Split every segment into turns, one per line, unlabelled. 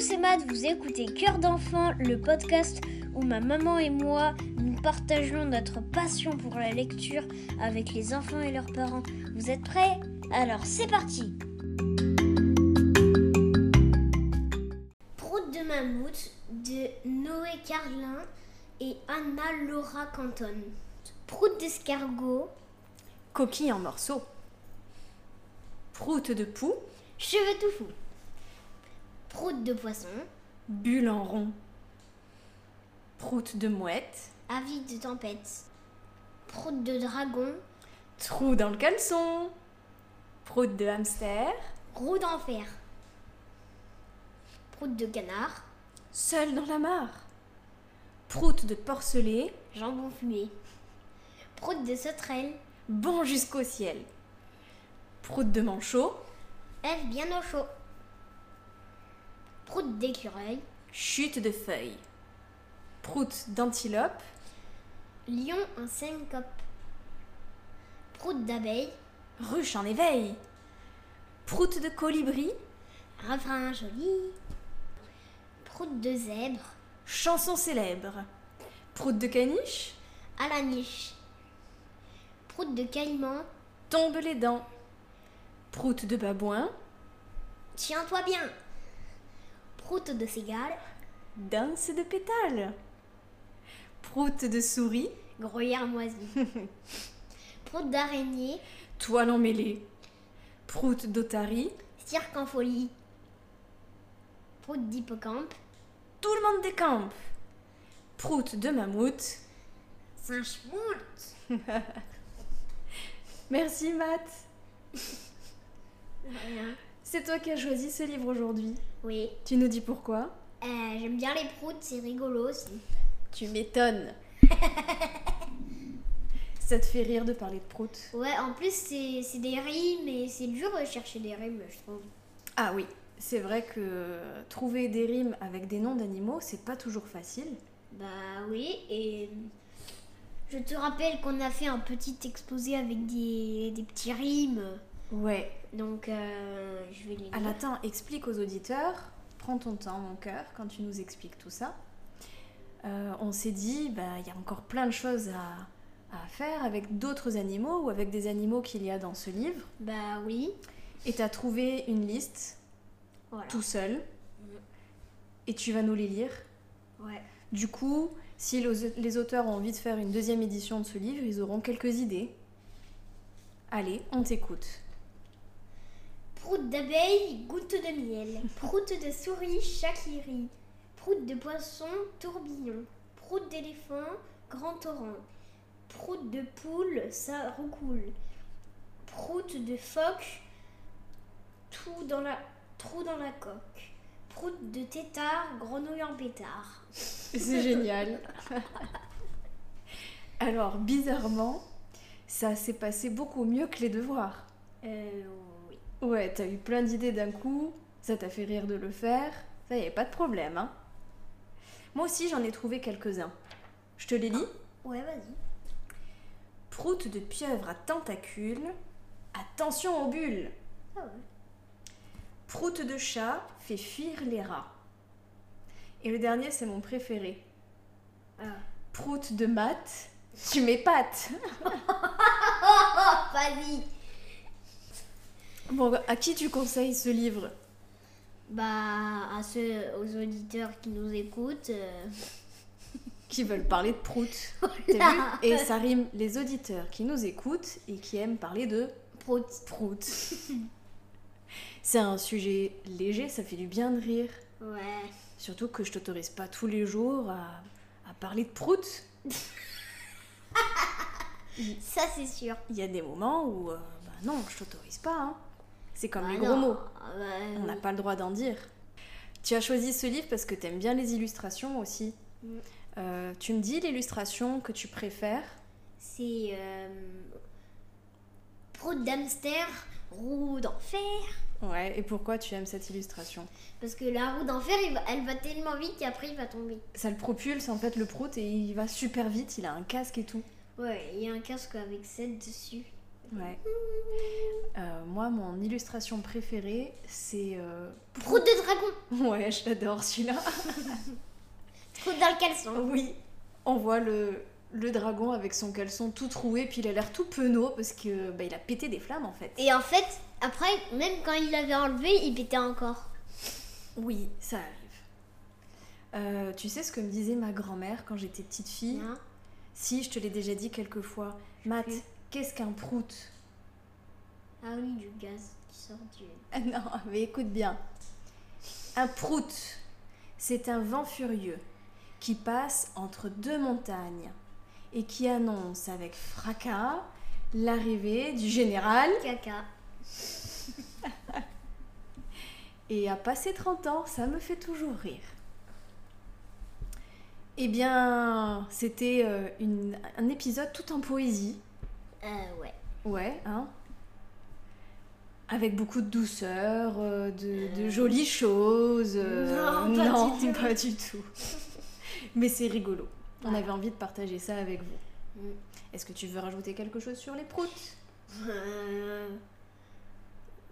c'est Matt, vous écoutez Cœur d'enfant, le podcast où ma maman et moi, nous partageons notre passion pour la lecture avec les enfants et leurs parents. Vous êtes prêts Alors c'est parti
Prout de mammouth de Noé Carlin et Anna-Laura Canton. Prout d'escargot,
Coquille en morceaux. Prout de poux,
cheveux tout fous. Prout de poisson,
bulle en rond. Prout de mouette,
avis de tempête. Prout de dragon,
trou dans le caleçon. Prout de hamster,
roue d'enfer. Prout de canard,
seul dans la mare. Prout de porcelet,
jambon fumé. Prout de sauterelle,
bon jusqu'au ciel. Prout de manchot,
œuf bien au chaud. Prout d'écureuil,
chute de feuilles. Prout d'antilope,
lion en syncope. Prout d'abeille,
ruche en éveil. Prout de colibri,
ravin joli. Prout de zèbre,
chanson célèbre. Prout de caniche,
à la niche. Prout de caïman,
tombe les dents. Prout de babouin,
tiens-toi bien. Prout de cigale,
danse de pétales. Prout de souris,
gruyère moisi. Prout d'araignée,
toile emmêlée. Prout d'otarie,
cirque en folie. Prout d'hippocampe,
tout le monde décampe. Prout de mammouth,
singe moult.
merci Matt. C'est toi qui as choisi ce livre aujourd'hui.
Oui,
Tu nous dis pourquoi
euh, j'aime bien les proutes, c'est rigolo aussi.
Tu m'étonnes. Ça te fait rire de parler de prout
Ouais, en plus, c'est c'est des rimes et c'est dur de chercher des rimes, je trouve.
Ah oui, c'est vrai que euh, trouver des rimes avec des noms d'animaux, c'est pas toujours facile.
Bah oui, et je te rappelle qu'on a fait un petit exposé avec des, des petits rimes.
Ouais,
Donc, euh, je vais les
Ah,
lire.
attends, explique aux auditeurs, prends ton temps, mon cœur, quand tu nous expliques tout ça. Euh, on s'est dit, bah, il y a encore plein de choses à, à faire avec d'autres animaux ou avec des animaux qu'il y a dans ce livre.
Bah oui,
Et tu as trouvé une liste
voilà.
tout seul. Et tu vas nous les lire.
Ouais.
Du coup, si les les auteurs ont envie de faire une deuxième édition de ce livre, ils auront quelques idées. Allez, on t'écoute.
Prout d'abeille, goutte de miel. Prout de souris, chat qui rit. Prout de poisson, tourbillon. Prout d'éléphant, grand torrent. Prout de poule, ça recoule. Prout de phoque, tout dans la, trou dans la coque. Prout de tétard, grenouille en pétard.
C'est génial. Alors, bizarrement, ça s'est passé beaucoup mieux que les devoirs.
Euh, oui.
Ouais, t'as eu plein d'idées d'un coup, ça t'a fait rire de le faire, ça y est, pas de problème, hein. Moi aussi, j'en ai trouvé quelques-uns. Je te les lis
Ouais, vas-y.
Prout de pieuvre à tentacules, attention aux bulles
Ah ouais.
Prout de chat fait fuir les rats. Et le dernier, c'est mon préféré.
Ah.
Prout de maths, tu m'épates
Oh, vas-y
Bon, à qui tu conseilles ce livre
Bah, à ceux, aux auditeurs qui nous écoutent. euh,
Qui veulent parler de prout T'as vu Et ça rime les auditeurs qui nous écoutent et qui aiment parler de
Prout.
prout. C'est un sujet léger, ça fait du bien de rire.
Ouais.
Surtout que je t'autorise pas tous les jours à, à parler de prout.
Ça, c'est sûr.
Il y a des moments où, euh, bah non, je t'autorise pas. hein. C'est comme
Ah
les
non.
gros mots,
Ah bah,
on n'a pas le droit d'en dire. Tu as choisi ce livre parce que t'aimes bien les illustrations aussi.
Mm.
Euh, tu me dis l'illustration que tu préfères
C'est. euh, Prout d'hamster, roue d'enfer.
Ouais, et pourquoi tu aimes cette illustration
Parce que la roue d'enfer, il va- elle va tellement vite qu'après, il va tomber.
Ça le propulse en fait le prout et il va super vite, il a un casque et tout.
Ouais, il y a un casque avec 7 dessus.
Ouais. Euh, moi moi, mon illustration préférée, c'est. euh,
Prout de dragon.
Ouais, je l'adore celui-là.
Prout dans le caleçon.
Oui, on voit le, le dragon avec son caleçon tout troué, puis il a l'air tout penaud parce que bah, il a pété des flammes en fait.
Et en fait, après, même quand il l'avait enlevé, il pétait encore.
Oui, ça arrive. Euh, tu sais ce que me disait ma grand-mère quand j'étais petite fille
Hein
Si, je te l'ai déjà dit quelques fois. Matt,
plus.
qu'est-ce qu'un prout
Ah oui, du gaz qui sort du...
Ah Non, mais écoute bien. Un prout, c'est un vent furieux qui passe entre deux montagnes et qui annonce avec fracas l'arrivée du général
Caca.
Et à passer 30 ans, ça me fait toujours rire. Eh bien, c'était euh, une- un épisode tout en poésie.
Euh, ouais.
Ouais, hein Avec beaucoup de douceur, euh, de, de jolies choses. euh,
Non, pas du tout.
non, pas du tout. Mais c'est rigolo. On
Ouais.
avait envie de partager ça avec vous.
Mm.
Est-ce que tu veux rajouter quelque chose sur les proutes
Euh...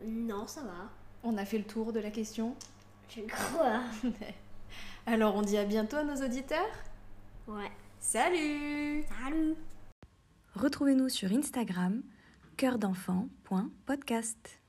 Non, ça va.
On a fait le tour de la question.
Je crois.
Alors, on dit à bientôt à nos auditeurs.
Ouais.
Salut
Salut
Retrouvez-nous sur Instagram cœurdenfant.podcast.